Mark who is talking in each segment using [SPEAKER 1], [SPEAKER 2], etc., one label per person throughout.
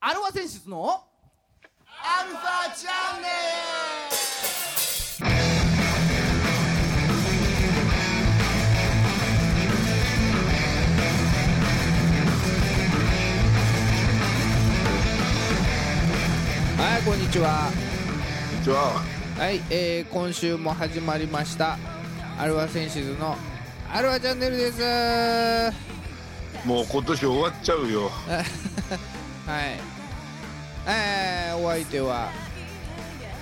[SPEAKER 1] 和選出のアルファチャンネ
[SPEAKER 2] はいこんにちは
[SPEAKER 3] こんにちは。
[SPEAKER 2] はい、えー今週も始まりましたアルファセンシズのアルファチャンネルですは
[SPEAKER 3] もう今年終わっちゃ うよ。
[SPEAKER 2] いえーお相手は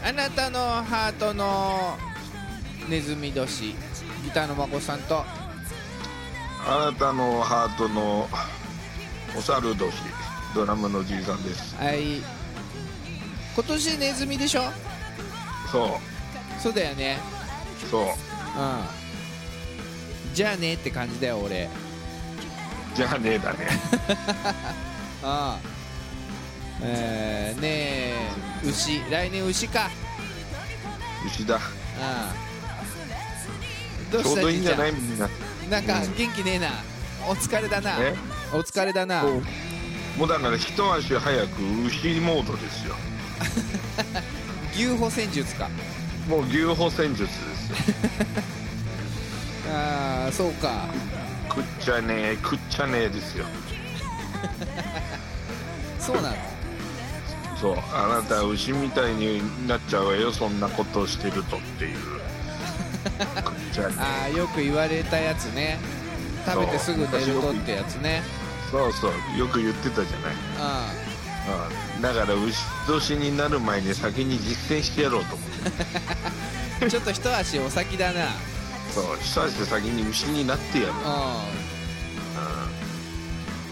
[SPEAKER 2] あなたのハートのネズミ年ギターのまこさんと
[SPEAKER 3] あなたのハートのお猿年、ドラムのじいさんです。
[SPEAKER 2] はい今年ネズミでしょ
[SPEAKER 3] そ
[SPEAKER 2] そうだよね
[SPEAKER 3] う、そう。
[SPEAKER 2] うんじゃあねって感じだよ俺
[SPEAKER 3] じゃあねえだね。
[SPEAKER 2] ああえー、ねえ牛来年牛か
[SPEAKER 3] 牛だ。
[SPEAKER 2] ああどう
[SPEAKER 3] ちょ
[SPEAKER 2] し
[SPEAKER 3] う
[SPEAKER 2] た
[SPEAKER 3] どいいんじゃない
[SPEAKER 2] じ
[SPEAKER 3] みんな。
[SPEAKER 2] いちゃんなんか元気ねえなお疲れだな
[SPEAKER 3] え
[SPEAKER 2] お疲れだな
[SPEAKER 3] そうもうだから一足早く牛モードですよ。
[SPEAKER 2] 牛歩戦術か
[SPEAKER 3] もう牛歩戦術ですよ。
[SPEAKER 2] ああそうか
[SPEAKER 3] 食っちゃねえ、食っちゃねえですよ。
[SPEAKER 2] そうなの
[SPEAKER 3] そう、あなた牛みたいになっちゃうわよ、そんなことをしてるとっていう。食っちゃね
[SPEAKER 2] ああよく言われたやつね食べてすぐ寝るとってやつね
[SPEAKER 3] え。そうそう、よく言ってたじゃない。
[SPEAKER 2] あ
[SPEAKER 3] うんだから牛年になる前に先に実践してやろうと思って
[SPEAKER 2] あちょっと一足お先だな
[SPEAKER 3] そう久して先に牛になってやる、うん
[SPEAKER 2] う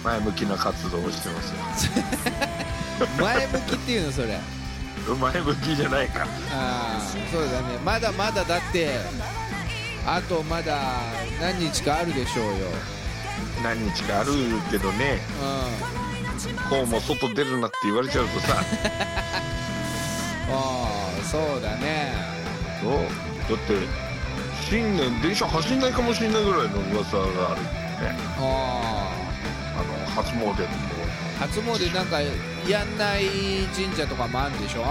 [SPEAKER 3] 前向きな活動をしてます
[SPEAKER 2] ん前向きっていうのそれ
[SPEAKER 3] よ前向きじゃないか
[SPEAKER 2] ああそうだねまだまだだってあとまだ何日かあるでしょうよ
[SPEAKER 3] 何日かあるけどね
[SPEAKER 2] うん
[SPEAKER 3] こうも外出るなって言われちゃうとさ
[SPEAKER 2] ああそうだね
[SPEAKER 3] そうだって新年電車走んないかもしれないぐらいの噂があるね
[SPEAKER 2] あ
[SPEAKER 3] あの初詣の
[SPEAKER 2] あ初詣なんかやんない神社とかもあるんでしょ
[SPEAKER 3] そう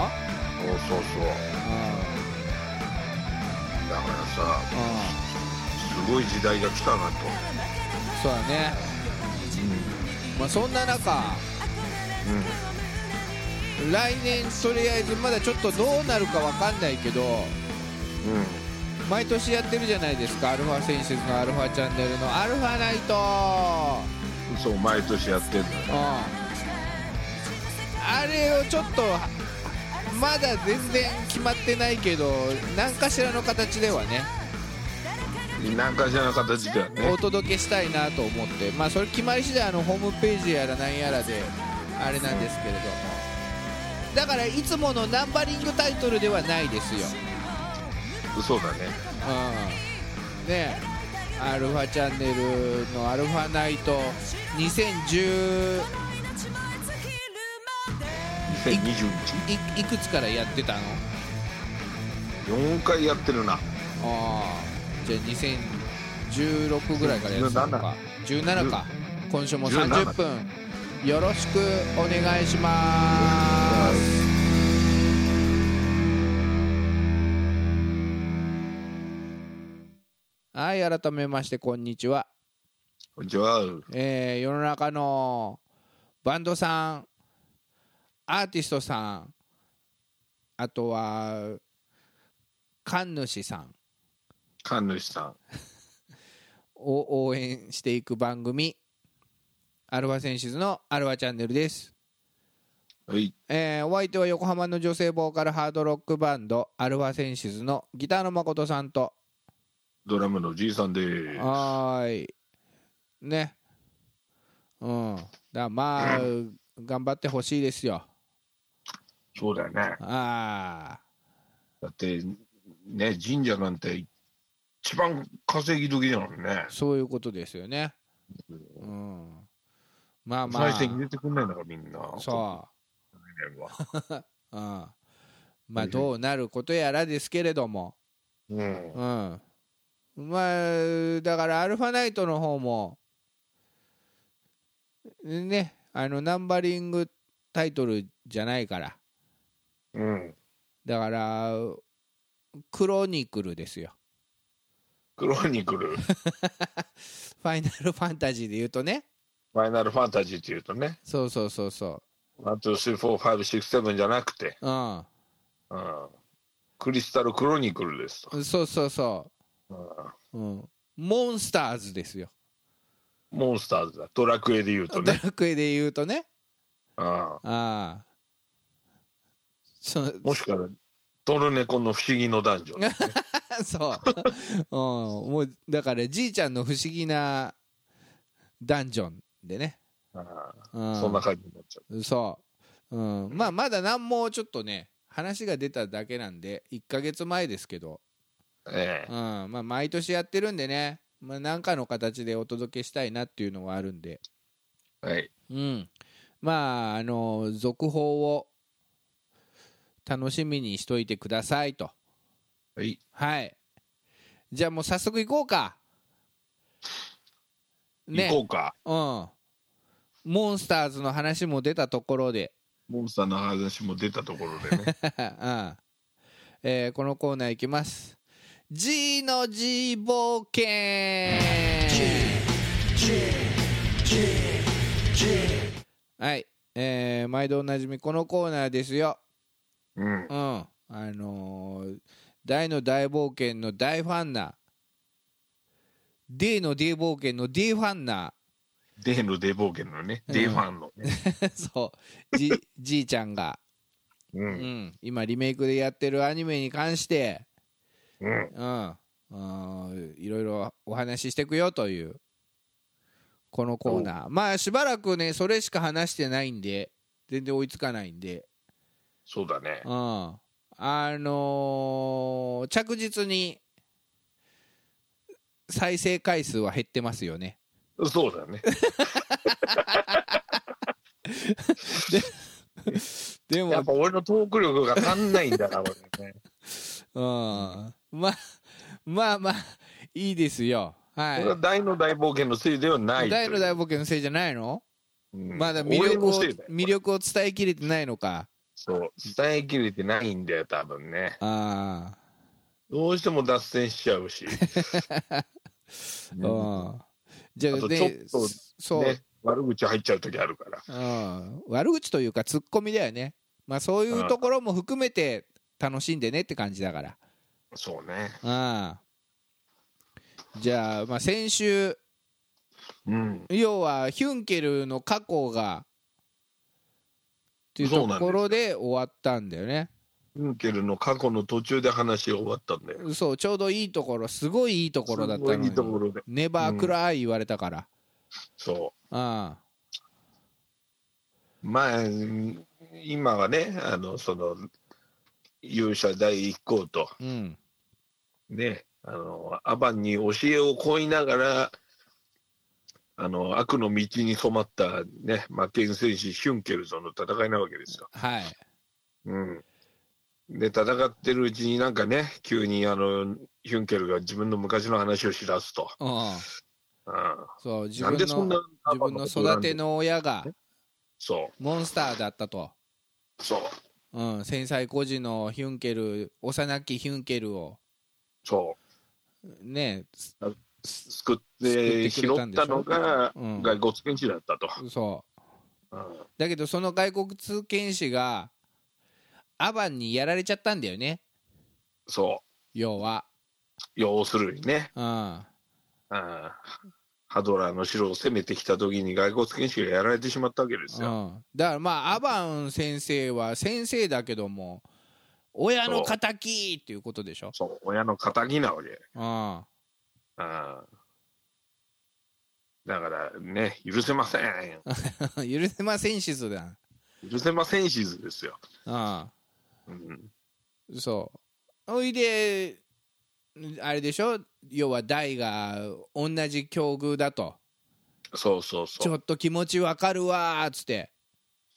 [SPEAKER 3] そうそう
[SPEAKER 2] うん
[SPEAKER 3] だからさ
[SPEAKER 2] うん
[SPEAKER 3] すごい時代が来たなと
[SPEAKER 2] そうだね、まあ、そんな中
[SPEAKER 3] うん
[SPEAKER 2] 来年とりあえずまだちょっとどうなるかわかんないけど
[SPEAKER 3] うん
[SPEAKER 2] 毎年やってるじゃないですかアルファセンシズのアルファチャンネルのアルファナイト
[SPEAKER 3] そう毎年やってんのよ
[SPEAKER 2] うんあれをちょっとまだ全然決まってないけど何かしらの形ではね
[SPEAKER 3] 何かしらの形だよね
[SPEAKER 2] お届けしたいなと思ってまあそれ決まり次第あのホームページやらなんやらであれなんですけれどもだからいつものナンバリングタイトルではないですよ、
[SPEAKER 3] そうだね
[SPEAKER 2] うん、ねえアルファチャンネルの「アルファナイト2010
[SPEAKER 3] 2021
[SPEAKER 2] いいくつからやってたの
[SPEAKER 3] 4回やってるな
[SPEAKER 2] ああじゃあ2016ぐらいからやってたのか17か今週も30分よろしくお願いしますはい改めましてこんにちは、
[SPEAKER 3] こんにちは
[SPEAKER 2] えー世の中のバンドさんアーティストさんあとは神主さん
[SPEAKER 3] 神主さん
[SPEAKER 2] を応援していく番組アルファセンシズのアルファチャンネルです、
[SPEAKER 3] はい
[SPEAKER 2] えーお相手は横浜の女性ボーカルハードロックバンドアルファセンシズのギターの誠さんと
[SPEAKER 3] ドラムのじいさんです
[SPEAKER 2] はーいねうんだからまあ頑張ってほしいですよ
[SPEAKER 3] そうだよね
[SPEAKER 2] あ
[SPEAKER 3] だってね神社なんて一番稼ぎ時だもんね
[SPEAKER 2] ーそういうことですよねうんまあま
[SPEAKER 3] 最
[SPEAKER 2] あ
[SPEAKER 3] 先入れてくんないんだからみんな
[SPEAKER 2] そう
[SPEAKER 3] う
[SPEAKER 2] うんまあどうなることやらですけれども
[SPEAKER 3] うん
[SPEAKER 2] うん、まあだからアルファナイトの方もねあのナンバリングタイトルじゃないから
[SPEAKER 3] うん。
[SPEAKER 2] だからクロニクルですよ
[SPEAKER 3] クロニクル、フ
[SPEAKER 2] ファイナルファンタジーで言うとね
[SPEAKER 3] ァイナルファンタジーっていうとね、
[SPEAKER 2] そうそうそうそ
[SPEAKER 3] 1、2、3、4、5、6、7じゃなくて、
[SPEAKER 2] ううん
[SPEAKER 3] うん、クリスタルクロニクルですと。
[SPEAKER 2] そうそうそ
[SPEAKER 3] うん
[SPEAKER 2] う、うん、モンスターズですよ
[SPEAKER 3] モンスターズだ。ドラクエで言うと
[SPEAKER 2] ド
[SPEAKER 3] ね。
[SPEAKER 2] ラクエで言うとね
[SPEAKER 3] うん
[SPEAKER 2] ああそ
[SPEAKER 3] もしかしたら、トルネコの不思議のダンジョン。
[SPEAKER 2] そう、うん、もうだからじいちゃんの不思議なダンジョンでね、
[SPEAKER 3] うん
[SPEAKER 2] うん、
[SPEAKER 3] そんな感じになっちゃう。
[SPEAKER 2] そう、うん、まあまだ何もちょっとね話が出ただけなんで1ヶ月前ですけど、
[SPEAKER 3] え
[SPEAKER 2] うんまあ、毎年やってるんでね、まあ、何かの形でお届けしたいなっていうのはあるんで、
[SPEAKER 3] えはい。
[SPEAKER 2] うん、まああの続報を楽しみにしといてくださいと
[SPEAKER 3] はい。
[SPEAKER 2] はいじゃあもう早速行こうかね
[SPEAKER 3] 行こうか。
[SPEAKER 2] うんモンスターズの話も出たところで
[SPEAKER 3] モンスターの話も出たところでね。
[SPEAKER 2] うんえーこのコーナーいきます G の G 冒険はい、えー毎度おなじみこのコーナーですよ
[SPEAKER 3] うん。
[SPEAKER 2] うんあのー大の大冒険の大ファンな D の D 冒険の D ファンな
[SPEAKER 3] デーのデー冒険のね、
[SPEAKER 2] うん
[SPEAKER 3] デーファンのね。
[SPEAKER 2] そうじじいちゃんが、
[SPEAKER 3] う。
[SPEAKER 2] うんん、今リメイクでやってるアニメに関して
[SPEAKER 3] うん。
[SPEAKER 2] うん、うんいろいろお話ししていくよというこのコーナーまあしばらくねそれしか話してないんで全然追いつかないんで、
[SPEAKER 3] そうだね
[SPEAKER 2] う。ん、あのー着実に再生回数は減ってますよね
[SPEAKER 3] そうだね。
[SPEAKER 2] で
[SPEAKER 3] や
[SPEAKER 2] も、
[SPEAKER 3] っぱ俺のトーク力が足んないんだな、俺ね。
[SPEAKER 2] うん、まあまあまあいいですよ は
[SPEAKER 3] これはい大の大冒険のせいではないという。
[SPEAKER 2] 大の大冒険のせいじゃないの、
[SPEAKER 3] うん
[SPEAKER 2] まだ魅力
[SPEAKER 3] 俺の
[SPEAKER 2] を
[SPEAKER 3] せいだよ
[SPEAKER 2] 魅力を伝えきれてないのか
[SPEAKER 3] そう。伝えきれてないんだよ、多分ね。
[SPEAKER 2] ああ
[SPEAKER 3] どうしても脱線しちゃうし。 う
[SPEAKER 2] う
[SPEAKER 3] ん
[SPEAKER 2] んじゃあ
[SPEAKER 3] あと
[SPEAKER 2] で
[SPEAKER 3] ちょっと
[SPEAKER 2] そう、
[SPEAKER 3] ね、悪口入っちゃう時あるから。
[SPEAKER 2] うん、悪口というかツッコミだよね、まあ、そういうところも含めて楽しんでねって感じだから
[SPEAKER 3] そうね。
[SPEAKER 2] うんじゃあ,、まあ先週
[SPEAKER 3] うん。
[SPEAKER 2] 要はヒュンケルの過去がっていう
[SPEAKER 3] そう
[SPEAKER 2] と
[SPEAKER 3] なんです
[SPEAKER 2] こ
[SPEAKER 3] よ
[SPEAKER 2] ろで終わったんだよね
[SPEAKER 3] ユンケルの過去の途中で話が終わったんだよ。
[SPEAKER 2] そうちょうどいいところすごいいいところだったの
[SPEAKER 3] すごいいいとこ
[SPEAKER 2] に
[SPEAKER 3] ろで。
[SPEAKER 2] 「ネバークライ」言われたから、
[SPEAKER 3] そ
[SPEAKER 2] うん、
[SPEAKER 3] う。まあ、うん今はね、あの、その、勇者第一行と、
[SPEAKER 2] うん、
[SPEAKER 3] ね、あの、アバンに教えを乞いながら、あの、悪の道に染まったね、魔剣戦士ヒュンケルとの戦いなわけですよ。
[SPEAKER 2] はい
[SPEAKER 3] うん。で、戦ってるうちになんかね、急にあの、ヒュンケルが自分の昔の話をしだすと。
[SPEAKER 2] うん
[SPEAKER 3] うん。
[SPEAKER 2] そう自
[SPEAKER 3] なん
[SPEAKER 2] 分
[SPEAKER 3] でそんな
[SPEAKER 2] の自分の育て。の親が
[SPEAKER 3] そ
[SPEAKER 2] モンスターだったと、
[SPEAKER 3] う、そう、
[SPEAKER 2] うん、繊細孤児のヒュンケル幼きヒュンケルを
[SPEAKER 3] そ
[SPEAKER 2] ね
[SPEAKER 3] う。救っ
[SPEAKER 2] 救
[SPEAKER 3] て、
[SPEAKER 2] ってく
[SPEAKER 3] 拾
[SPEAKER 2] れたん
[SPEAKER 3] っ
[SPEAKER 2] でしょ
[SPEAKER 3] たのが、
[SPEAKER 2] うん
[SPEAKER 3] 外国戦士だったと。
[SPEAKER 2] そう
[SPEAKER 3] うん
[SPEAKER 2] だけどその外国通剣士がアバンにやられちゃったんだよね
[SPEAKER 3] そ
[SPEAKER 2] 要は、
[SPEAKER 3] う。要するにね、
[SPEAKER 2] うん、
[SPEAKER 3] うんハドラーの城を攻めてきた時に外国戦士がやられてしまったわけです
[SPEAKER 2] う
[SPEAKER 3] よ。
[SPEAKER 2] ん、だからまあアバン先生は先生だけども親の
[SPEAKER 3] そう
[SPEAKER 2] 仇っていうことでしょ、
[SPEAKER 3] そう、親の仇なわけ。
[SPEAKER 2] うん、
[SPEAKER 3] うんだからね、許せません。
[SPEAKER 2] 許せません しずだ、
[SPEAKER 3] 許せませんしずですよ。
[SPEAKER 2] うん、
[SPEAKER 3] うん、
[SPEAKER 2] そうおいであれでしょ要は大が同じ境遇だと
[SPEAKER 3] そうそう
[SPEAKER 2] ち
[SPEAKER 3] そ
[SPEAKER 2] ょ
[SPEAKER 3] う。
[SPEAKER 2] っと気持ちわかるわーっつって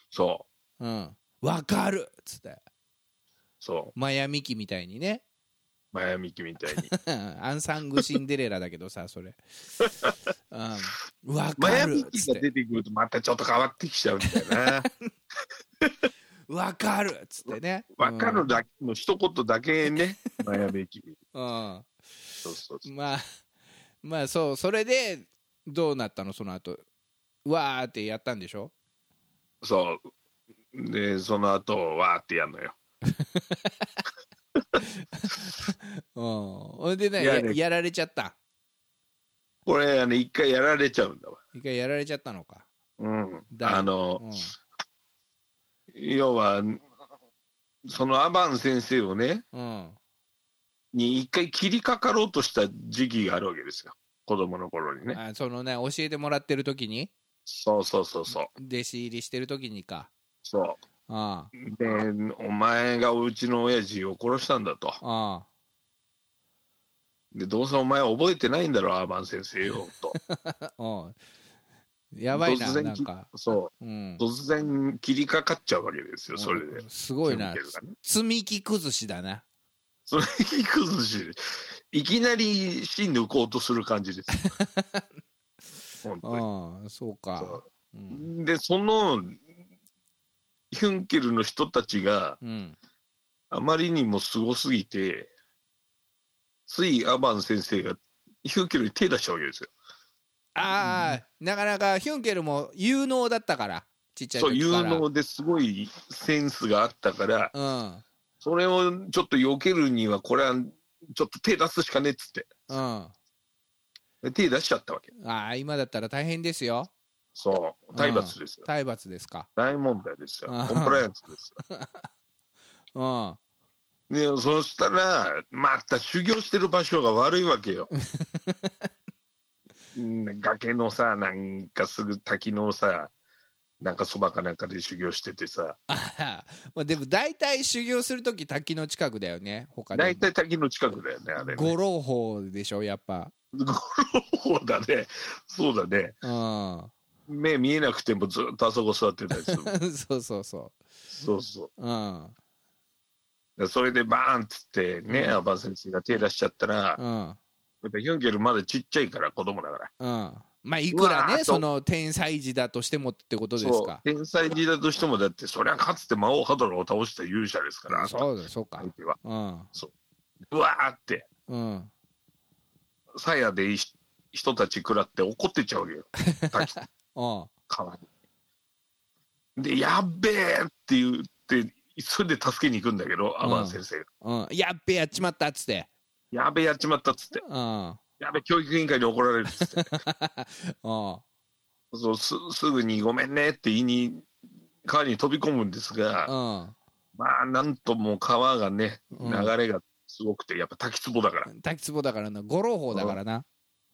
[SPEAKER 3] そう。
[SPEAKER 2] うんわかるっつって
[SPEAKER 3] そ
[SPEAKER 2] マヤミキみたいにね
[SPEAKER 3] う。マヤミキみたい に。
[SPEAKER 2] アンサングシンデレラだけどさそれうんわ
[SPEAKER 3] マ
[SPEAKER 2] か
[SPEAKER 3] ヤ
[SPEAKER 2] る
[SPEAKER 3] ミ
[SPEAKER 2] っつ
[SPEAKER 3] キ
[SPEAKER 2] っ
[SPEAKER 3] が
[SPEAKER 2] て
[SPEAKER 3] 出てくるとまたちょっと変わってきちゃうんだよな。
[SPEAKER 2] わかるっつってね。
[SPEAKER 3] 分かるだけ、もう一言だ けね、悩めき。
[SPEAKER 2] うん。
[SPEAKER 3] そうそうそう。
[SPEAKER 2] まあ、まあそう、それで、どうなったの、その後。わーってやったんでしょ
[SPEAKER 3] そうで、その後、わーってやんのよ。
[SPEAKER 2] うん。ほんでね、
[SPEAKER 3] いや
[SPEAKER 2] や
[SPEAKER 3] ね
[SPEAKER 2] やられちゃった。
[SPEAKER 3] これ、あの、一回やられちゃうんだわ。
[SPEAKER 2] 一回やられちゃったのか。
[SPEAKER 3] うん。
[SPEAKER 2] だ
[SPEAKER 3] あの、
[SPEAKER 2] うん。
[SPEAKER 3] 要は、そのアバン先生をね、
[SPEAKER 2] うん。
[SPEAKER 3] に一回切りかかろうとした時期があるわけですよ。子供の頃にね。
[SPEAKER 2] あそのね、教えてもらってる時に、
[SPEAKER 3] そうそうそうそう。
[SPEAKER 2] 弟子入りしてる時にか。
[SPEAKER 3] そ
[SPEAKER 2] あ
[SPEAKER 3] う。で、お前がうちの親父を殺したんだと。
[SPEAKER 2] あ、あ
[SPEAKER 3] で、どうせお前覚えてないんだろ、アーバン先生を、 と。
[SPEAKER 2] あ、うん。やばい
[SPEAKER 3] 突
[SPEAKER 2] な、
[SPEAKER 3] 然
[SPEAKER 2] なんか。
[SPEAKER 3] そうう。
[SPEAKER 2] ん。
[SPEAKER 3] 突然切りかかっちゃうわけですよ、それで。
[SPEAKER 2] すごいな
[SPEAKER 3] そういうわけだね。
[SPEAKER 2] 積み木崩しだな。
[SPEAKER 3] それに崩し、いきなり死抜こうとする感 じです。本当に。
[SPEAKER 2] うん、そう
[SPEAKER 3] そ
[SPEAKER 2] か。うん。
[SPEAKER 3] うで、その、ヒュンケルの人たちが
[SPEAKER 2] うん。
[SPEAKER 3] あまりにもすごすぎて、ついアバン先生がヒュンケルに手出したわけですよ。
[SPEAKER 2] ああ、なかなかヒュンケルも有能だったから、ちっちゃい
[SPEAKER 3] そう、
[SPEAKER 2] 時
[SPEAKER 3] 有
[SPEAKER 2] から。
[SPEAKER 3] 能ですごいセンスがあったから、
[SPEAKER 2] うん。
[SPEAKER 3] それをちょっと避けるには、これはちょっと手出すしかねえっつって
[SPEAKER 2] うん。あ
[SPEAKER 3] で、手出しちゃったわけ。
[SPEAKER 2] あ、今だったら大変ですよ。
[SPEAKER 3] そう、体罰ですよ。
[SPEAKER 2] 体罰ですか。
[SPEAKER 3] 大問題ですよ
[SPEAKER 2] あ。ー
[SPEAKER 3] コンプライアンスです
[SPEAKER 2] うん。
[SPEAKER 3] よ。で、そしたら、また修行してる場所が悪いわ けよ。うん崖のさ、なんかすぐ滝のさ、なんかそばかなんかで修行しててさ、
[SPEAKER 2] まあでも大体修行するとき滝の近くだよね、他でも。
[SPEAKER 3] 大体滝の近くだよね、あれね。
[SPEAKER 2] 五郎法でしょ、やっぱ。
[SPEAKER 3] 五郎だね。そうだね。
[SPEAKER 2] うん。
[SPEAKER 3] 目見えなくてもずっとあそこ座ってたりする。
[SPEAKER 2] そうそうそ。
[SPEAKER 3] そうそう
[SPEAKER 2] うん。
[SPEAKER 3] う。それでバーンっつってね、アバン先生が手出しちゃったら、やっ
[SPEAKER 2] うん。
[SPEAKER 3] ぱヒュンケルまだちっちゃいから、子供だか
[SPEAKER 2] う
[SPEAKER 3] ら。
[SPEAKER 2] ん。まあ、いくら
[SPEAKER 3] うわ
[SPEAKER 2] ね、
[SPEAKER 3] ー
[SPEAKER 2] その天才児だとしてもってことです
[SPEAKER 3] そう
[SPEAKER 2] か。
[SPEAKER 3] 天才児だとしても、だって、そりゃかつて魔王ハドラーを倒した勇者ですから、
[SPEAKER 2] そうだ、そうか
[SPEAKER 3] 相。手は。
[SPEAKER 2] うん。
[SPEAKER 3] うわーって、
[SPEAKER 2] うん。
[SPEAKER 3] 鞘でいし人たち食らって怒ってっちゃうわけ よ。滝
[SPEAKER 2] うん。
[SPEAKER 3] 川に。で、やっべえって言って、それで助けに行くんだけど、アバン先生が。
[SPEAKER 2] うん。やっべ、やっちまったっつって。
[SPEAKER 3] やべえ、やっちまったっつって。
[SPEAKER 2] うん。うん。
[SPEAKER 3] やべえ、教育委員会に怒られるっつって。
[SPEAKER 2] う
[SPEAKER 3] そうすすぐに「ごめんね」って言いに川に飛び込むんですが、まあなんともう川がね
[SPEAKER 2] う
[SPEAKER 3] 流
[SPEAKER 2] ん
[SPEAKER 3] れがすごくてやっぱ滝壺だから
[SPEAKER 2] ん。滝つぼだからな、五郎法だからな。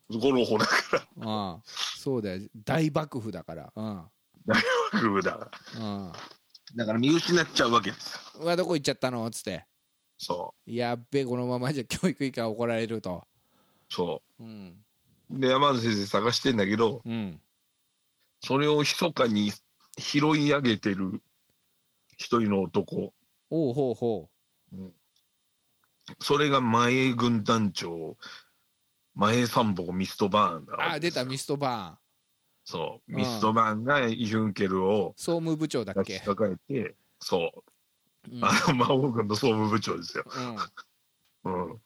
[SPEAKER 3] 五郎法だから
[SPEAKER 2] うん。そうだよ。大幕府だから。うん。
[SPEAKER 3] グーだから
[SPEAKER 2] うん。
[SPEAKER 3] だから見失っちゃうわけですよ
[SPEAKER 2] うわ、どこ行っちゃったのつって。
[SPEAKER 3] そ
[SPEAKER 2] やっべ、このままじゃ教育委員会怒られると。
[SPEAKER 3] うそ
[SPEAKER 2] うん。
[SPEAKER 3] うで山田先生探してんだけど
[SPEAKER 2] うん。
[SPEAKER 3] それを密かに拾い上げてる一人の男
[SPEAKER 2] おうほうほ
[SPEAKER 3] それが前軍団長前参謀ミストバーンだ
[SPEAKER 2] う。あ、出た、ミストバーン。
[SPEAKER 3] そう
[SPEAKER 2] うん
[SPEAKER 3] ミストバーンがイヒュンケルを
[SPEAKER 2] 総務部長だっ
[SPEAKER 3] 抱
[SPEAKER 2] け。
[SPEAKER 3] きかかえて、そう、
[SPEAKER 2] うん。
[SPEAKER 3] あの魔王軍の総務部長ですよ。うん。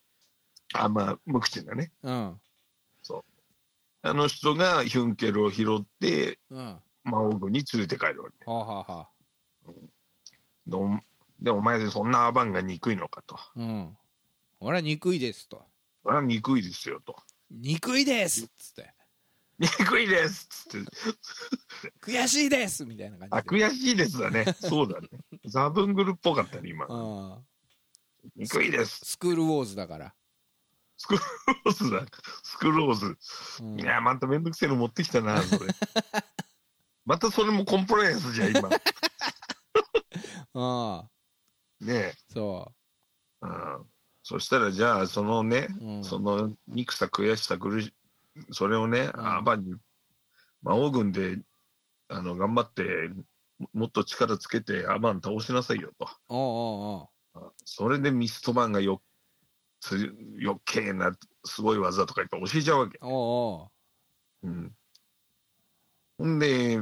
[SPEAKER 3] あ、まあ、無口なね。
[SPEAKER 2] うん。
[SPEAKER 3] あの人がヒュンケルを拾って、
[SPEAKER 2] うん。うん。は
[SPEAKER 3] 魔王軍に連れて帰るわけ。
[SPEAKER 2] あ、はあはあ、
[SPEAKER 3] でおで、お前そんなアバンが憎いのかと。
[SPEAKER 2] うん。俺は憎いですと。
[SPEAKER 3] それは憎いですよと。
[SPEAKER 2] 憎いですっつって。
[SPEAKER 3] 憎いですっつって。
[SPEAKER 2] 悔しいですみたいな感
[SPEAKER 3] あ、
[SPEAKER 2] じで。
[SPEAKER 3] 悔しいですだね。そうだね。ザブングルっぽかったね、今。
[SPEAKER 2] うん。
[SPEAKER 3] 憎いです。
[SPEAKER 2] スクールウォーズだから。
[SPEAKER 3] スクローズだ。スクローズ。
[SPEAKER 2] うん
[SPEAKER 3] いや、まためんどくせえの持ってきたな、それ。またそれもコンプライアンスじゃん、今。ね
[SPEAKER 2] うん。
[SPEAKER 3] え。
[SPEAKER 2] そ
[SPEAKER 3] うんそしたらじゃあそのね、
[SPEAKER 2] う。うん。
[SPEAKER 3] その憎さ悔しさ苦しそれをね、
[SPEAKER 2] うん
[SPEAKER 3] アバンに魔王軍であの頑張ってももっと力つけてアバン倒しなさいよと
[SPEAKER 2] おうおうおう。
[SPEAKER 3] それでミストマンがよつ余計なすごい技とかいっぱい教えちゃうわけ、
[SPEAKER 2] おうおう。
[SPEAKER 3] うん、ほんで、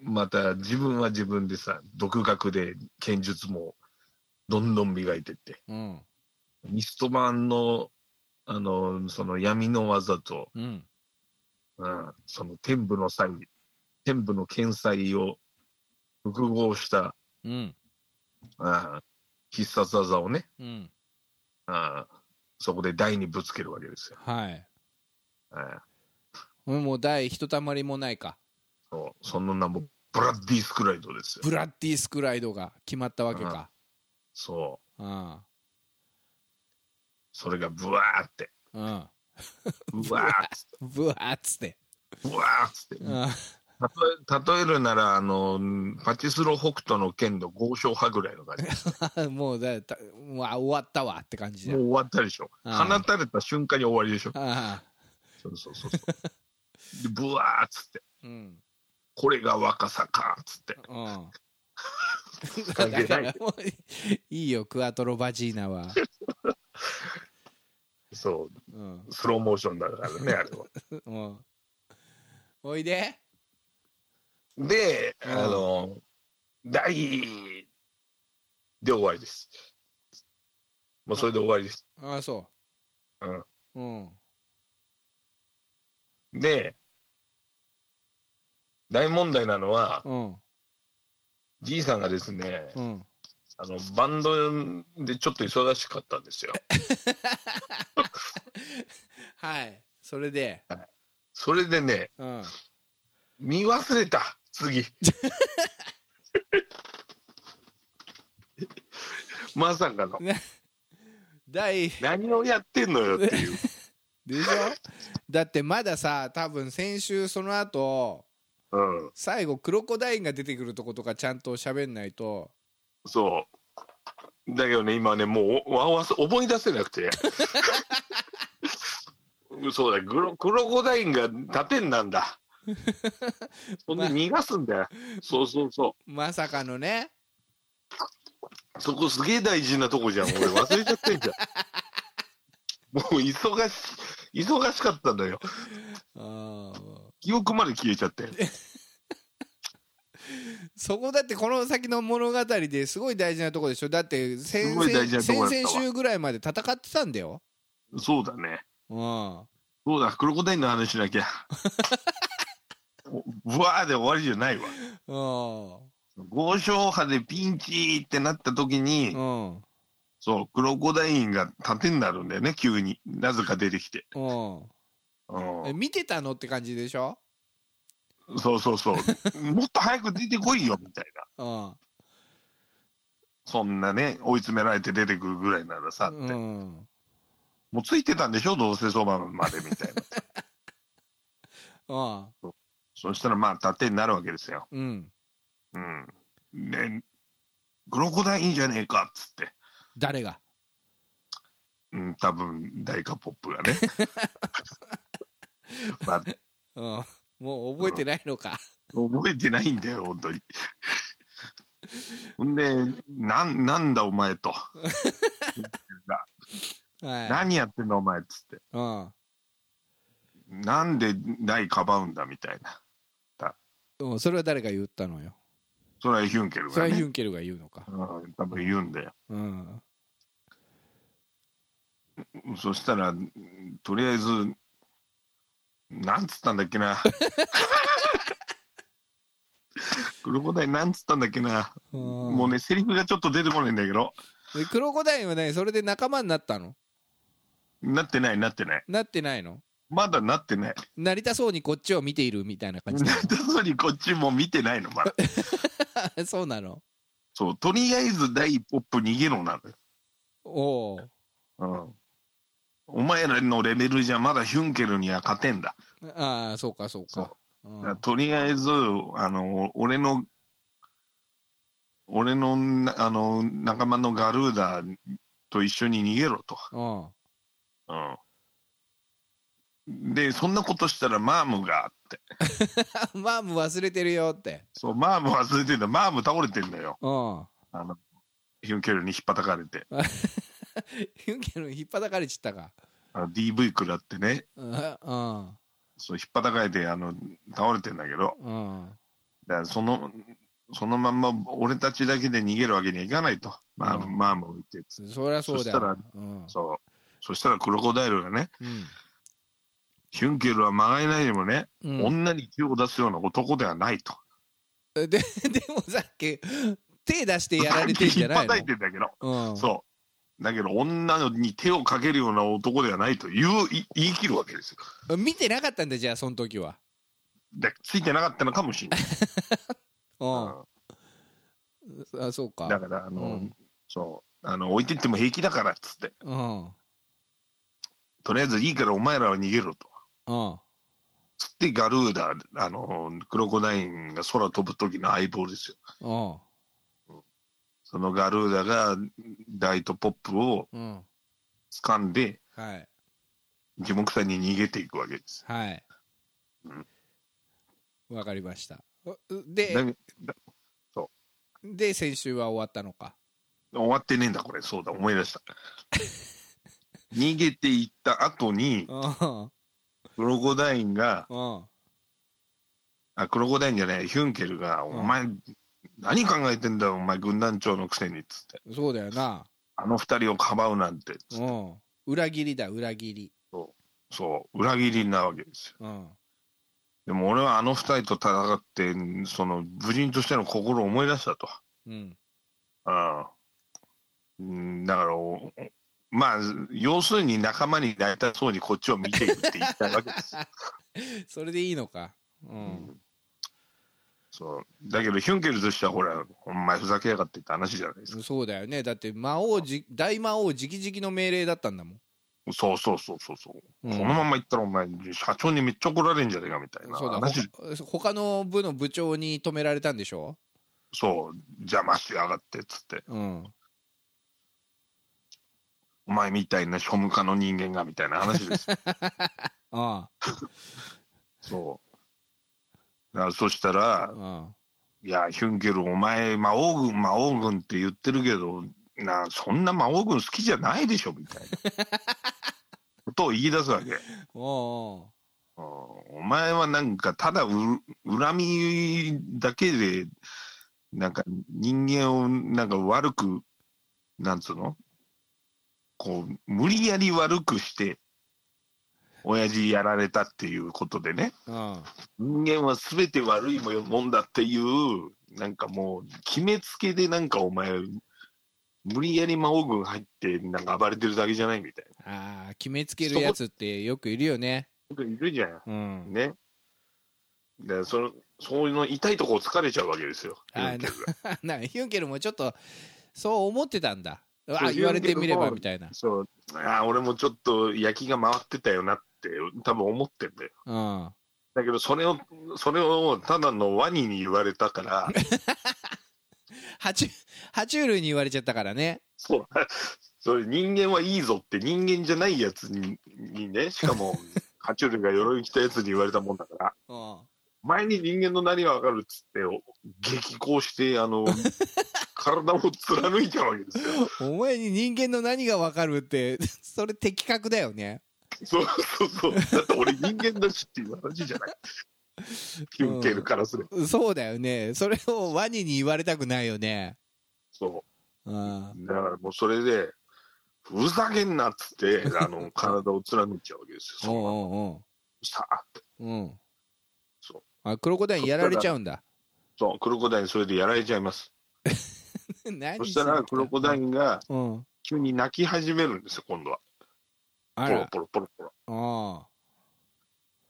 [SPEAKER 3] また自分は自分でさ、独学で剣術もどんどん磨いてって、
[SPEAKER 2] うん
[SPEAKER 3] ミスト版の、あの、その闇の技と、
[SPEAKER 2] うん
[SPEAKER 3] うん、その天部の才、天部の剣才を複合した、
[SPEAKER 2] うん
[SPEAKER 3] うん、必殺技をね、
[SPEAKER 2] うん
[SPEAKER 3] うん、そこで台にぶつけるわけですよ。
[SPEAKER 2] はい
[SPEAKER 3] うん
[SPEAKER 2] うんもう第ひとたまりもないか
[SPEAKER 3] そうその名もブラッディ・スクライドですよ。
[SPEAKER 2] ブラッディ・スクライドが決まったわけか
[SPEAKER 3] そう。
[SPEAKER 2] うん
[SPEAKER 3] それがブワーって、
[SPEAKER 2] うん
[SPEAKER 3] ブワーっつっ
[SPEAKER 2] ぶわーっつって
[SPEAKER 3] て、ブワーっつって。
[SPEAKER 2] うん
[SPEAKER 3] 例え例えるなら、あの、パチスロ北斗の剣の豪商派ぐらいの感 じ。
[SPEAKER 2] もうだたもうあ終わったわって感じだ
[SPEAKER 3] もう終わったでしょ。
[SPEAKER 2] ああ
[SPEAKER 3] 放たれた瞬間に終わりでしょ。
[SPEAKER 2] ああ
[SPEAKER 3] そうそうそうそう。で、ブワーっつって、
[SPEAKER 2] うん
[SPEAKER 3] これが若さかっつって。
[SPEAKER 2] うん
[SPEAKER 3] 関係
[SPEAKER 2] だか
[SPEAKER 3] な
[SPEAKER 2] ら
[SPEAKER 3] い。
[SPEAKER 2] もういいよクアトロバジーナは、
[SPEAKER 3] そ
[SPEAKER 2] うん
[SPEAKER 3] う、スローモーションだからね、あれは。
[SPEAKER 2] うん、おいで
[SPEAKER 3] で、
[SPEAKER 2] うん
[SPEAKER 3] あの、第で終わりです。もうそれで終わりです。
[SPEAKER 2] ああそ
[SPEAKER 3] うん。
[SPEAKER 2] ううん
[SPEAKER 3] で、大問題なのは、
[SPEAKER 2] うん
[SPEAKER 3] じいさんがですね、
[SPEAKER 2] うん
[SPEAKER 3] あの、バンドでちょっと忙しかったんですよ。
[SPEAKER 2] はいそれで
[SPEAKER 3] それでね、
[SPEAKER 2] うん
[SPEAKER 3] 見忘れた、次。まさかの。
[SPEAKER 2] 第
[SPEAKER 3] 何をやってんのよっていう。
[SPEAKER 2] でしょだってまださ多分先週その後
[SPEAKER 3] うん。
[SPEAKER 2] 最後クロコダインが出てくるとことかちゃんと喋んないと
[SPEAKER 3] そう。だけどね、今ね、もう、わわ思い出せなくて。 そうだ、クロクロコダインが盾になんだ。そんで逃がすんだよ。そうそうそ
[SPEAKER 2] まさかのね
[SPEAKER 3] う。そこすげえ大事なとこじゃん。俺忘れちゃってんじゃん。もう忙し、忙しかったんだよ。
[SPEAKER 2] ああ
[SPEAKER 3] 記憶まで消えちゃって。
[SPEAKER 2] そこだってこの先の物語ですごい大事なとこでしょだって先
[SPEAKER 3] すごい大事なとこだったわ
[SPEAKER 2] 々週ぐらいまで戦ってたんだよ
[SPEAKER 3] そうだね。
[SPEAKER 2] うん
[SPEAKER 3] そうだ、クロコダインの話しな きゃ。おぶわーで終わりじゃないわ。
[SPEAKER 2] うん
[SPEAKER 3] 豪商派でピンチってなった時に、
[SPEAKER 2] うん
[SPEAKER 3] そう、クロコダインが盾になるんだよね、急に。なぜか出てきて。
[SPEAKER 2] うん
[SPEAKER 3] う
[SPEAKER 2] え
[SPEAKER 3] ん、
[SPEAKER 2] 見てたのって感じでしょ
[SPEAKER 3] そうそ うそう。もっと早く出てこいよ、みたいな。
[SPEAKER 2] うん
[SPEAKER 3] そんなね、追い詰められて出てくるぐらいならさ、って
[SPEAKER 2] うん
[SPEAKER 3] もうついてたんでしょ、どうせそばまで、みたいな。
[SPEAKER 2] うん
[SPEAKER 3] そしたらまあ、盾になるわけですよ。
[SPEAKER 2] うん
[SPEAKER 3] うん。ね、クロコダインじゃねえか、っつって。
[SPEAKER 2] 誰が
[SPEAKER 3] うん、多分、大化ポップがね。 まあ、
[SPEAKER 2] うんもう覚えてないのか
[SPEAKER 3] 覚えてないんだよ、本当に。ほんで、なん、なんだお前と。
[SPEAKER 2] はい
[SPEAKER 3] 何やってんだお前っつって。
[SPEAKER 2] うん
[SPEAKER 3] なんでないかばうんだみたいな。
[SPEAKER 2] うんそれは誰が言ったのよ
[SPEAKER 3] それはヒュンケル
[SPEAKER 2] そ
[SPEAKER 3] が
[SPEAKER 2] れは
[SPEAKER 3] ね。
[SPEAKER 2] ユンケルが言うのか
[SPEAKER 3] うん、多分言うんだよ。
[SPEAKER 2] うん
[SPEAKER 3] そしたら、とりあえず、なんつったんだっ けな。クロコダイなんつったんだっけな。も
[SPEAKER 2] も
[SPEAKER 3] うね、セリフがちょっと出てこないんだけど。
[SPEAKER 2] でクロコダインはねそれで仲間になったの
[SPEAKER 3] なってない、なってない。
[SPEAKER 2] なってないの
[SPEAKER 3] まだなってない。
[SPEAKER 2] なりたそうにこっちを見ているみたいな感 じ
[SPEAKER 3] なったのにこっちも見てないの、まだ。
[SPEAKER 2] な そうなの
[SPEAKER 3] そう、とりあえず第一ポップ逃げろなのよ。
[SPEAKER 2] おお
[SPEAKER 3] うんお前らのレベルじゃまだヒュンケルには勝てんだ。
[SPEAKER 2] ああそうかそうかうん
[SPEAKER 3] だからとりあえず、あの、俺の、俺のな、あの、仲間のガルーダと一緒に逃げろと。
[SPEAKER 2] うん
[SPEAKER 3] うん。で、そんなことしたらマームがあって。
[SPEAKER 2] マーム忘れてるよって
[SPEAKER 3] そう、マーム忘れてんだ。マーム倒れてんだよ。
[SPEAKER 2] うん
[SPEAKER 3] あの、ヒュンケルに引っ叩かれて。
[SPEAKER 2] ユンケルに引っ張たかれちったか
[SPEAKER 3] あの DV 食らってね。
[SPEAKER 2] うんうん
[SPEAKER 3] そう引っ張たかれてあの倒れてんだけど
[SPEAKER 2] うん
[SPEAKER 3] だからそのそのまんま俺たちだけで逃げるわけにはいかないとまあ、
[SPEAKER 2] うん
[SPEAKER 3] まあもう言ってつ
[SPEAKER 2] そりゃそうだ
[SPEAKER 3] そしたら
[SPEAKER 2] よ、うん
[SPEAKER 3] そうそしたらクロコダイルがね
[SPEAKER 2] うん
[SPEAKER 3] ヒュンケルは曲がりないでもね、
[SPEAKER 2] うん
[SPEAKER 3] 女に手を出すような男ではないと
[SPEAKER 2] で でもさっき手出してやられてんじゃない
[SPEAKER 3] 引っ
[SPEAKER 2] の
[SPEAKER 3] 叩いてんだけど、
[SPEAKER 2] うん、
[SPEAKER 3] そうだけど女に手をかけるような男ではないというい言い切るわけですよ
[SPEAKER 2] 見てなかったんだじゃあその時は
[SPEAKER 3] でついてなかったのかもしれない
[SPEAKER 2] うんあそうか
[SPEAKER 3] だからあの、
[SPEAKER 2] うん
[SPEAKER 3] そうあの置いてっても平気だからっつって
[SPEAKER 2] うん
[SPEAKER 3] とりあえずいいからお前らは逃げろと
[SPEAKER 2] うん
[SPEAKER 3] つってガルーダあのクロコダインが空飛ぶ時の相棒です
[SPEAKER 2] う
[SPEAKER 3] よ
[SPEAKER 2] ん
[SPEAKER 3] そのガルーダがダイトポップを
[SPEAKER 2] うん
[SPEAKER 3] 掴んで
[SPEAKER 2] はい
[SPEAKER 3] 樹木さんに逃げていくわけです
[SPEAKER 2] はい
[SPEAKER 3] うん
[SPEAKER 2] わかりましたう
[SPEAKER 3] だ
[SPEAKER 2] で
[SPEAKER 3] け
[SPEAKER 2] で先週は終わったのか
[SPEAKER 3] 終わってねえんだこれそうだ思い出した逃げていった後に
[SPEAKER 2] うん
[SPEAKER 3] クロコダインが
[SPEAKER 2] うん
[SPEAKER 3] あクロコダインじゃないヒュンケルが「
[SPEAKER 2] ん
[SPEAKER 3] お前何考えてんだよお前軍団長のくせに」っつって
[SPEAKER 2] そうだよな
[SPEAKER 3] 「あの二人をかばうなんて」つって
[SPEAKER 2] うん裏切りだ裏切り
[SPEAKER 3] そう裏切りなわけですよ
[SPEAKER 2] うん
[SPEAKER 3] でも俺はあの二人と戦ってその武人としての心を思い出したと
[SPEAKER 2] うん
[SPEAKER 3] ああうんだからおまあ要するに仲間になりたそうにこっちを見ているって言ったわけですよ、
[SPEAKER 2] それでいいのか う
[SPEAKER 3] うんんそうだけどヒュンケルとしてはほらお前ふざけやがってって話じゃないですか、
[SPEAKER 2] そうだよねだって魔王じ大魔王直々の命令だったんだもん、
[SPEAKER 3] そうそうそうそうそう
[SPEAKER 2] うん
[SPEAKER 3] このまま行ったらお前社長にめっちゃ怒られるんじゃねえかみたいな
[SPEAKER 2] そうだ
[SPEAKER 3] 話
[SPEAKER 2] ほ他の部の部長に止められたんでしょ
[SPEAKER 3] そう邪魔しやがってっつって
[SPEAKER 2] うん
[SPEAKER 3] お前みたいな庶務家の人間がみたいな話ですよ
[SPEAKER 2] あ
[SPEAKER 3] そうだからそしたら
[SPEAKER 2] あうん
[SPEAKER 3] いやヒュンケルお前魔王軍魔王軍って言ってるけどなそんな魔王軍好きじゃないでしょみたいなことを言い出すわけ
[SPEAKER 2] おうおう
[SPEAKER 3] うんお前はなんかただう恨みだけでなんか人間をなんか悪くなんつうのこう無理やり悪くして親父やられたっていうことでね
[SPEAKER 2] うん
[SPEAKER 3] 人間は全て悪いもんだっていうなんかもう決めつけでなんかお前無理やり魔王軍入ってなんか暴れてるだけじゃないみたいな
[SPEAKER 2] ああ決めつけるやつってよくいるよね
[SPEAKER 3] よくいるじゃん
[SPEAKER 2] うん
[SPEAKER 3] ね。で、その、そういうの痛いとこを疲れちゃうわけで すよ。
[SPEAKER 2] あー
[SPEAKER 3] ヒュンケルが
[SPEAKER 2] なんかヒュンケルもちょっとそう思ってたんだうわ
[SPEAKER 3] そう
[SPEAKER 2] 言われてみれば
[SPEAKER 3] ヒュンケルも
[SPEAKER 2] みたいな
[SPEAKER 3] そう、ああ、俺もちょっと焼きが回ってたよなって、多分思ってんだよ。
[SPEAKER 2] うん
[SPEAKER 3] だけど、それを、それをただのワニに言われたから、
[SPEAKER 2] 爬虫爬虫類に言われちゃったからね
[SPEAKER 3] そう、 それ人間はいいぞって人間じゃないやつににね、しかも、爬虫類が鎧着たやつに言われたもんだから、
[SPEAKER 2] うん
[SPEAKER 3] 前に人間の何がわかるっつって、お激高して、あの、体を貫いちゃうわけですよ。
[SPEAKER 2] お前に人間の何がわかるって それ的確だよね
[SPEAKER 3] そうそうそう。だって俺人間だしっていう話じゃない。ヒュンケルからすれば。
[SPEAKER 2] そうだよねそれをワニに言われたくないよね
[SPEAKER 3] そ
[SPEAKER 2] うん
[SPEAKER 3] う。だからもうそれで、ふざけんなっつって、あの、体を貫いちゃうわけです
[SPEAKER 2] おう
[SPEAKER 3] よ。
[SPEAKER 2] お
[SPEAKER 3] さあって。
[SPEAKER 2] うおううん
[SPEAKER 3] そう。
[SPEAKER 2] あクロコダインやられちゃうんだ
[SPEAKER 3] そう、クロコダインそれでやられちゃいます。
[SPEAKER 2] 何
[SPEAKER 3] そしたらクロコダイ
[SPEAKER 2] ン
[SPEAKER 3] ンが
[SPEAKER 2] うん
[SPEAKER 3] 急に泣き始めるんですよ、今度は。
[SPEAKER 2] あ
[SPEAKER 3] ポロ
[SPEAKER 2] ら
[SPEAKER 3] ポロポロポロ。
[SPEAKER 2] あ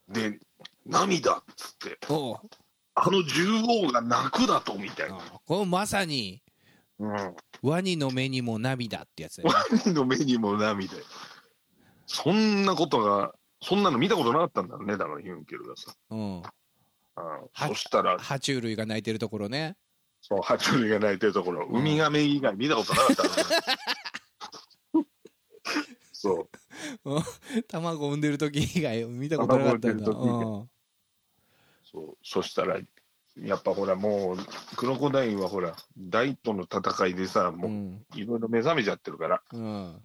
[SPEAKER 3] で、涙っつって、
[SPEAKER 2] あおう
[SPEAKER 3] あの獣王が泣くだと、みたいな。
[SPEAKER 2] あこれまさに
[SPEAKER 3] うん。
[SPEAKER 2] ワニの目にも涙ってやつだよね
[SPEAKER 3] ワニの目にも涙よそんなことがそんなの見たことなかったんだろうねだからヒュンケルがさ、
[SPEAKER 2] うん
[SPEAKER 3] う
[SPEAKER 2] は
[SPEAKER 3] ん、そしたら
[SPEAKER 2] 爬虫類が泣いてるところね
[SPEAKER 3] その爬虫類が泣いてるところ、
[SPEAKER 2] うん
[SPEAKER 3] ウミガメ以外見たことなかっ たんだろうねそう
[SPEAKER 2] 卵産んでる時以外見たことなかったんだ
[SPEAKER 3] 卵産んでる
[SPEAKER 2] うん
[SPEAKER 3] そうそしたらやっぱほらもうクロコダインはほら大との戦いでさ
[SPEAKER 2] う
[SPEAKER 3] も
[SPEAKER 2] ん
[SPEAKER 3] ういろいろ目覚めちゃってるから、
[SPEAKER 2] うん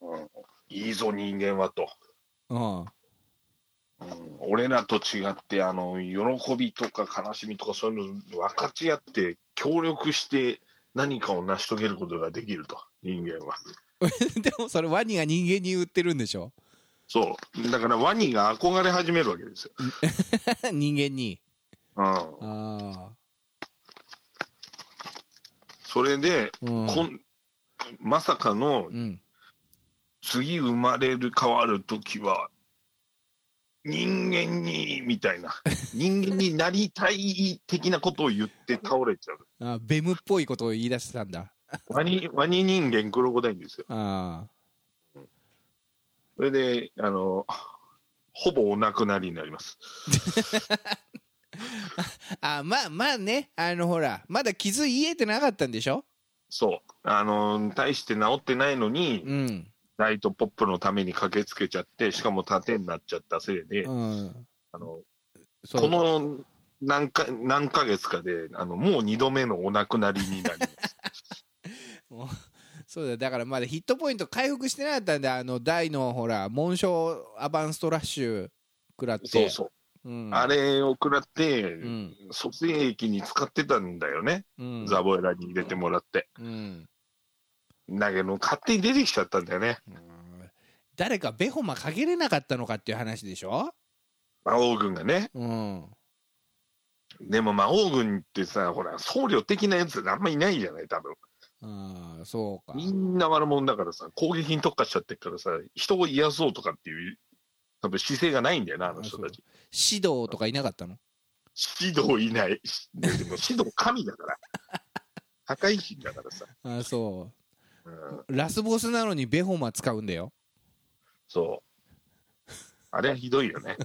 [SPEAKER 3] うんいいぞ人間はと
[SPEAKER 2] うん
[SPEAKER 3] うん俺らと違って、あの、喜びとか悲しみとかそういうの分かち合って、協力して何かを成し遂げることができると、人間は。
[SPEAKER 2] でもそれワニが人間に売ってるんでしょ
[SPEAKER 3] そう。だからワニが憧れ始めるわけですよ。
[SPEAKER 2] 人間に
[SPEAKER 3] うん。
[SPEAKER 2] あ
[SPEAKER 3] それで、
[SPEAKER 2] あうん
[SPEAKER 3] こん、まさかの
[SPEAKER 2] うん
[SPEAKER 3] 次生まれる変わる時は人間にみたいな人間になりたい的なことを言って倒れちゃう
[SPEAKER 2] あベムっぽいことを言い出したんだ
[SPEAKER 3] ワニワニ人間クロコダインですよ
[SPEAKER 2] あ
[SPEAKER 3] それであのほぼお亡くなりになります
[SPEAKER 2] ーあまあまあねあのほらまだ傷癒えてなかったんでしょ
[SPEAKER 3] そうあの大して治ってないのに
[SPEAKER 2] うん
[SPEAKER 3] ライトポップのために駆けつけちゃってしかも盾になっちゃったせいで、
[SPEAKER 2] うん
[SPEAKER 3] あの
[SPEAKER 2] そう
[SPEAKER 3] この何か何ヶ月かであのもう2度目のお亡くなりになります
[SPEAKER 2] そうだだからまだヒットポイント回復してなかったんであの大のほら紋章アバンストラッシュ食らって
[SPEAKER 3] そうそう
[SPEAKER 2] う、ん、
[SPEAKER 3] あれを食らって、
[SPEAKER 2] うん
[SPEAKER 3] 卒園液に使ってたんだよね、
[SPEAKER 2] うん
[SPEAKER 3] ザボエラに入れてもらって。
[SPEAKER 2] うん
[SPEAKER 3] だけど、勝手に出てきちゃったんだよね、
[SPEAKER 2] うん誰かベホマかけれなかったのかっていう話でしょ
[SPEAKER 3] 魔王軍がね。
[SPEAKER 2] うん
[SPEAKER 3] でも魔王軍ってさ、ほら、僧侶的なやつあんまいないじゃない、多分
[SPEAKER 2] ああそうか
[SPEAKER 3] みんな悪者だからさ、攻撃に特化しちゃってるからさ、人を癒そうとかっていう、多分姿勢がないんだよな、あの人たち。
[SPEAKER 2] 指導とかいなかったの
[SPEAKER 3] 指導いない。しでも指導神だから。破壊神だからさ。
[SPEAKER 2] あそ
[SPEAKER 3] うん
[SPEAKER 2] うラスボスなのにベホマ使うんだよ
[SPEAKER 3] そう。あれはひどいよね。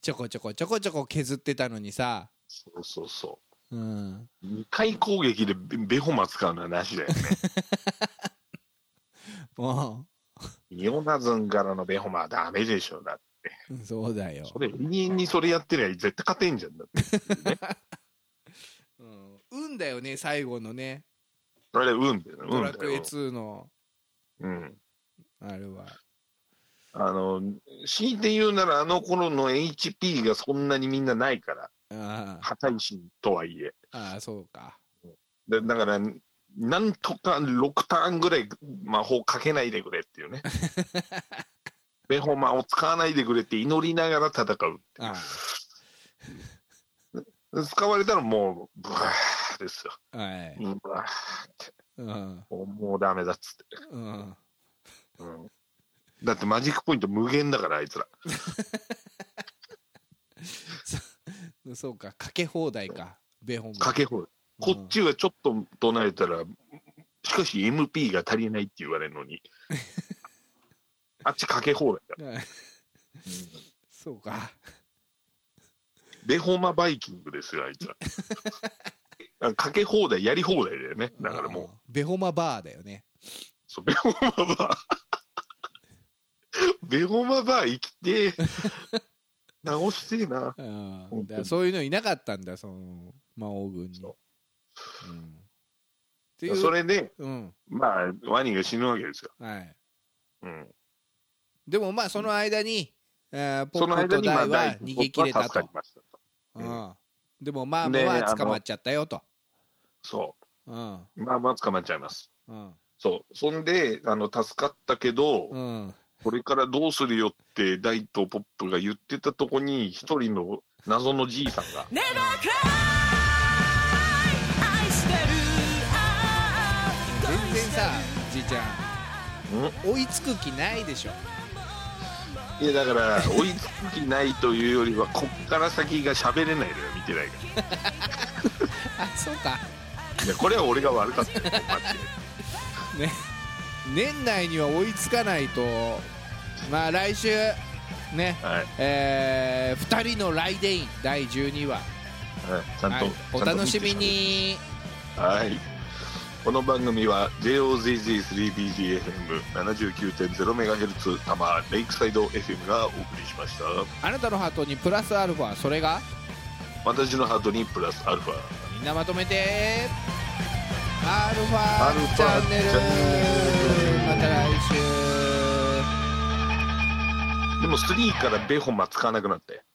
[SPEAKER 2] ちょこちょこちょこちょこ削ってたのにさ
[SPEAKER 3] そうそうそう。
[SPEAKER 2] うん
[SPEAKER 3] 2回攻撃でベベホマ使うのはなしだよね。
[SPEAKER 2] も
[SPEAKER 3] ミオナズンからのベホマはダメでしょ、だって。
[SPEAKER 2] うそうだよ
[SPEAKER 3] それ、永遠にそれやってりゃ絶対勝てんじゃんだって。
[SPEAKER 2] うん、運だよね最後のね
[SPEAKER 3] それ、運だよ、
[SPEAKER 2] ド
[SPEAKER 3] 運
[SPEAKER 2] ラク
[SPEAKER 3] だ
[SPEAKER 2] エ
[SPEAKER 3] よ。
[SPEAKER 2] 2の
[SPEAKER 3] うん。
[SPEAKER 2] あれは
[SPEAKER 3] あの、強いて言うなら、あの頃の HP がそんなにみんなないから、
[SPEAKER 2] あ
[SPEAKER 3] 破壊神とはいえ。
[SPEAKER 2] あああそうか
[SPEAKER 3] だだから、なんとか6ターンぐらい魔法かけないでくれっていうね。ベホマを使わないでくれって祈りながら戦う。
[SPEAKER 2] あ
[SPEAKER 3] 使われたらもう、ブワーですよ。
[SPEAKER 2] あはい、
[SPEAKER 3] うんうわ
[SPEAKER 2] うん
[SPEAKER 3] もうもうダメだっつって、
[SPEAKER 2] うん、
[SPEAKER 3] うん、だってマジックポイント無限だからあいつら
[SPEAKER 2] そうかかけ放題かベホン
[SPEAKER 3] かけ放題こっちはちょっと唱えたらしかし MP が足りないって言われるの にあっちかけ放題だ、
[SPEAKER 2] はい そうか
[SPEAKER 3] ベホマバイキングですよあいつらあかけ放題やり放題だよねだからもう
[SPEAKER 2] うんベホマバーだよね
[SPEAKER 3] そうベホマバー ベホマバー生きて直してえな
[SPEAKER 2] ああ
[SPEAKER 3] 本当に
[SPEAKER 2] だからそういうのいなかったんだその魔王軍に、
[SPEAKER 3] そ
[SPEAKER 2] うん、っていう
[SPEAKER 3] それで
[SPEAKER 2] うん
[SPEAKER 3] まあワニが死ぬわけですよ、
[SPEAKER 2] はい
[SPEAKER 3] うん、
[SPEAKER 2] でもまあその間に、えーポ
[SPEAKER 3] その
[SPEAKER 2] ップ
[SPEAKER 3] 間
[SPEAKER 2] と
[SPEAKER 3] にま
[SPEAKER 2] ダ
[SPEAKER 3] あ
[SPEAKER 2] イは
[SPEAKER 3] 第
[SPEAKER 2] 逃げ切れた
[SPEAKER 3] 助かり
[SPEAKER 2] と、
[SPEAKER 3] ましたと
[SPEAKER 2] う
[SPEAKER 3] りま
[SPEAKER 2] ん、でもまあま
[SPEAKER 3] で
[SPEAKER 2] あ捕まっちゃったよと、
[SPEAKER 3] そ
[SPEAKER 2] うん
[SPEAKER 3] うまあまあ捕まっちゃいます
[SPEAKER 2] うん
[SPEAKER 3] そうそんであの助かったけど、
[SPEAKER 2] うん
[SPEAKER 3] これからどうするよって大とポップが言ってたとこに一人の謎のじいさんが
[SPEAKER 4] Never cry 愛してる
[SPEAKER 2] 全然さじいちゃ
[SPEAKER 3] 「
[SPEAKER 2] ん追いつく気ないでしょ
[SPEAKER 3] んいやだから追いつく気ないというよりはこっから先が喋れないのよ見てないか
[SPEAKER 2] あそうから
[SPEAKER 3] いやこれは俺が悪かったよマジで
[SPEAKER 2] ね年内には追いつかないとまあ来週ね
[SPEAKER 3] はい、
[SPEAKER 2] えー、2人のライデイン第12話、
[SPEAKER 3] はい、ちゃんと、
[SPEAKER 2] はいお楽しみに
[SPEAKER 3] はい。この番組は JOZZ3BGFM79.0MHz 多摩レイクサイド FM がお送りしました。
[SPEAKER 2] あなたのハートにプラスアルファそれが
[SPEAKER 3] 私のハートにプラスアルファ。
[SPEAKER 2] みんなまとめてアルフ
[SPEAKER 3] アルフ
[SPEAKER 2] ァ
[SPEAKER 3] ァ
[SPEAKER 2] チャンネル
[SPEAKER 3] チャンネル
[SPEAKER 2] また来週
[SPEAKER 3] でも3からベホマ使わなくなって。